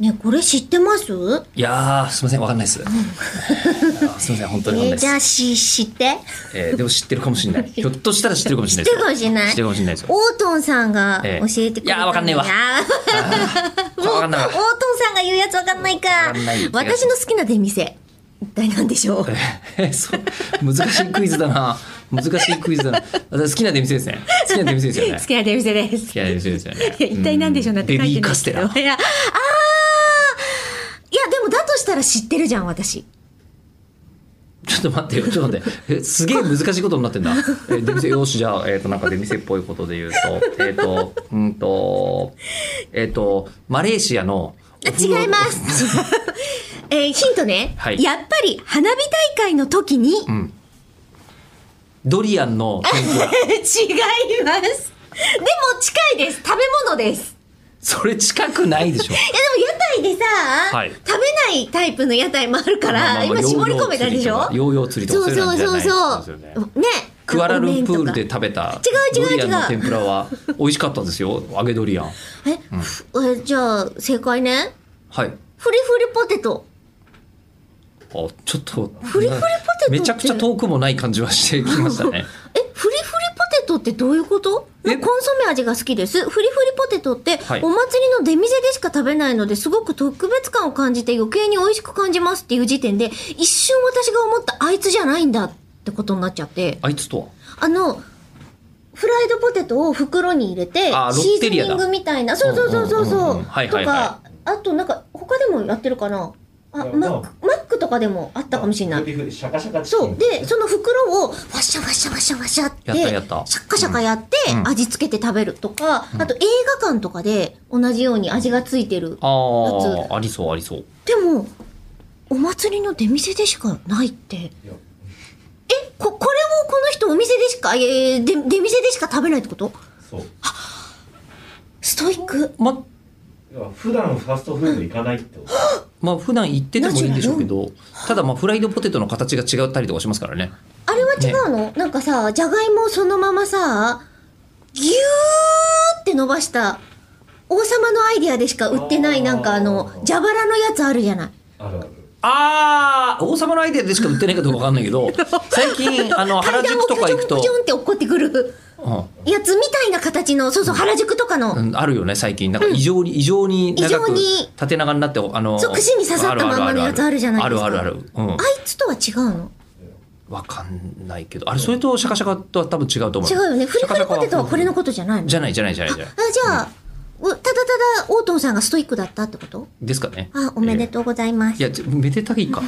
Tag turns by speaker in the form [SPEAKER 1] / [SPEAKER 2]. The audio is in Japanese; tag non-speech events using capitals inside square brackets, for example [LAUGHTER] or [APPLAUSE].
[SPEAKER 1] ねこれ知ってます
[SPEAKER 2] いやー、すみません、わかんないです。いやーすみません、本当にわか
[SPEAKER 1] えー
[SPEAKER 2] んないで
[SPEAKER 1] じゃあ
[SPEAKER 2] す。
[SPEAKER 1] し知って
[SPEAKER 2] えーでも知ってるかもしれ
[SPEAKER 1] [LAUGHS]
[SPEAKER 2] ない。ひょっとしたら知ってるかもしれない
[SPEAKER 1] 知って
[SPEAKER 2] です
[SPEAKER 1] るかもしれない
[SPEAKER 2] 知ってるかもしれないですよ。
[SPEAKER 1] オートンさんが
[SPEAKER 2] ええ
[SPEAKER 1] 教えてくれた
[SPEAKER 2] いやわかんねえ
[SPEAKER 1] あ
[SPEAKER 2] わ
[SPEAKER 1] ーもう
[SPEAKER 2] わかんない
[SPEAKER 1] オートンさんが言うやつわかんないか
[SPEAKER 2] わかんない
[SPEAKER 1] 私の好きな出店一体何でしょう
[SPEAKER 2] えーそう難しいクイズだな。難しいクイズだな。私好きな出店ですね。好きな出店ですよね。
[SPEAKER 1] 好きな出店です
[SPEAKER 2] 好きな出店ですよね。
[SPEAKER 1] いや一体何でしょうなって書いて
[SPEAKER 2] ベビー
[SPEAKER 1] ない
[SPEAKER 2] カ
[SPEAKER 1] で
[SPEAKER 2] ス
[SPEAKER 1] すけ
[SPEAKER 2] テ
[SPEAKER 1] ど。
[SPEAKER 2] ラ。
[SPEAKER 1] いや、あーいや、でもだとしたら知ってるじゃん、私。
[SPEAKER 2] ちょっと待ってよ、ちょっと待って。えすげえ難しいことになってんだ。えー、出店、よし、じゃあ、えっ、と、なんか出店っぽいことで言うと、えっ、と、うんと、えっ、と、マレーシアの、
[SPEAKER 1] あ違います。 [LAUGHS] えーヒントね、
[SPEAKER 2] はい
[SPEAKER 1] やっぱり花火大会の時に、違い
[SPEAKER 2] ドリアンの天ぷら。
[SPEAKER 1] ます。でも近いです。食べ物です。
[SPEAKER 2] それ近くないで
[SPEAKER 1] [LAUGHS]
[SPEAKER 2] しょ。
[SPEAKER 1] いや、でも屋台でさ、
[SPEAKER 2] はい
[SPEAKER 1] 食べないタイプの屋台もあるか
[SPEAKER 2] まあ
[SPEAKER 1] ら、
[SPEAKER 2] まあ
[SPEAKER 1] 今絞り込めたでしょ
[SPEAKER 2] ヨーヨー釣りと
[SPEAKER 1] そ
[SPEAKER 2] か
[SPEAKER 1] う
[SPEAKER 2] ヨーヨ
[SPEAKER 1] そう
[SPEAKER 2] ー釣りとか
[SPEAKER 1] そう
[SPEAKER 2] そういうの
[SPEAKER 1] そ
[SPEAKER 2] じゃないですよ
[SPEAKER 1] う。
[SPEAKER 2] ね。
[SPEAKER 1] ね。
[SPEAKER 2] クアラルンプール
[SPEAKER 1] お
[SPEAKER 2] で
[SPEAKER 1] 面とか。
[SPEAKER 2] 食べた
[SPEAKER 1] 違う違う
[SPEAKER 2] ドリアン
[SPEAKER 1] 違
[SPEAKER 2] の
[SPEAKER 1] う
[SPEAKER 2] 天ぷらは美味しかったです
[SPEAKER 1] [LAUGHS]
[SPEAKER 2] よ。揚げドリアン。
[SPEAKER 1] え、えじゃあ、正解ね。
[SPEAKER 2] はい。
[SPEAKER 1] フリフリポテト。
[SPEAKER 2] あちょっと
[SPEAKER 1] フリフリポテトって
[SPEAKER 2] めちゃくちゃ遠くもない感じはしてきました
[SPEAKER 1] [LAUGHS]
[SPEAKER 2] ね。
[SPEAKER 1] え、フリフリポテトってどういうことコ
[SPEAKER 2] え
[SPEAKER 1] ンソメ味が好きです。フリフリポテトって、
[SPEAKER 2] はい
[SPEAKER 1] お祭りの出店でしか食べないので、すごく特別感を感じて余計に美味しく感じますっていう時点で、一瞬私が思ったあいつじゃないんだってことになっちゃって、
[SPEAKER 2] あいつとは。
[SPEAKER 1] あの、フライドポテトを袋に入れて、
[SPEAKER 2] あロ
[SPEAKER 1] シ
[SPEAKER 2] ッ
[SPEAKER 1] ーズ
[SPEAKER 2] テ
[SPEAKER 1] ニ
[SPEAKER 2] リアだ
[SPEAKER 1] ングみたいな、そうそうそうそう
[SPEAKER 2] うんうんうん
[SPEAKER 1] そううん
[SPEAKER 2] はい、
[SPEAKER 1] と
[SPEAKER 2] はい
[SPEAKER 1] か
[SPEAKER 2] は、
[SPEAKER 1] あとなんか他でもやってるかなあ、
[SPEAKER 3] いや
[SPEAKER 1] マッ
[SPEAKER 3] ま
[SPEAKER 1] ク、マックとかでもあったかもしれない
[SPEAKER 3] こう。いうふうにシャカシャカチキン
[SPEAKER 1] そう。で、その袋を、ワッシャワッシャワッシャワッシャって、
[SPEAKER 2] やったやった
[SPEAKER 1] シャッカシャカやって
[SPEAKER 2] う、ん
[SPEAKER 1] 味付けて食べるとか、
[SPEAKER 2] うん
[SPEAKER 1] あと映画館とかで同じように味がついてる。や
[SPEAKER 2] ああありそうありそう。
[SPEAKER 1] でも、お祭りの出店でしかないって。え、
[SPEAKER 3] いや
[SPEAKER 1] こ、これをこの人お店でしか、えー、で出店でしか食べないってこと
[SPEAKER 3] そう
[SPEAKER 1] ストイック。
[SPEAKER 2] ま
[SPEAKER 3] 要は普段ファストフード行かないってこと
[SPEAKER 2] まあ普段行っててもいいんでしょうけど、ただまあフライドポテトの形が違ったりとかします
[SPEAKER 1] [LAUGHS]
[SPEAKER 2] からね。
[SPEAKER 1] あれは違うの、なんかさ、じゃがいもをそのままさ、ぎゅーって伸ばした、王様のアイディアでしか売ってない、
[SPEAKER 3] あー
[SPEAKER 1] なんかあの、蛇腹のやつあるじゃない。
[SPEAKER 3] あるある
[SPEAKER 2] ああ王様のアイデアでしか売ってないかどうかわかんない
[SPEAKER 1] [LAUGHS]
[SPEAKER 2] けど、最近あの
[SPEAKER 1] 階
[SPEAKER 2] 原
[SPEAKER 1] 段を
[SPEAKER 2] 宿
[SPEAKER 1] プ
[SPEAKER 2] と
[SPEAKER 1] チ
[SPEAKER 2] か
[SPEAKER 1] ョ
[SPEAKER 2] 行
[SPEAKER 1] ンプ
[SPEAKER 2] く
[SPEAKER 1] チョ
[SPEAKER 2] と
[SPEAKER 1] ン、って落っこってくる
[SPEAKER 2] うん
[SPEAKER 1] やつみたいな形の、そうそう、原宿とかの、
[SPEAKER 2] うん、あるよね最近なんか異常に、異常に長く
[SPEAKER 1] 異常に
[SPEAKER 2] 縦長になってあの
[SPEAKER 1] そう串に刺さったまんまのやつあるじゃないですか
[SPEAKER 2] あるあるあるある、
[SPEAKER 1] あいつとは違うの
[SPEAKER 2] うん、わかんないけどあれそれとシャカシャカとは多分違うと思う
[SPEAKER 1] 違うよね。フリフリポテトはこれの
[SPEAKER 2] こ
[SPEAKER 1] ことじゃないの
[SPEAKER 2] じゃないじゃないじゃないじゃない
[SPEAKER 1] あ、じゃあ、うただただ、オートンさんがストイックだったってこと
[SPEAKER 2] ですかね
[SPEAKER 1] あ、おめで
[SPEAKER 2] と
[SPEAKER 1] とうございま
[SPEAKER 2] い
[SPEAKER 1] す。
[SPEAKER 2] やちょめでたいか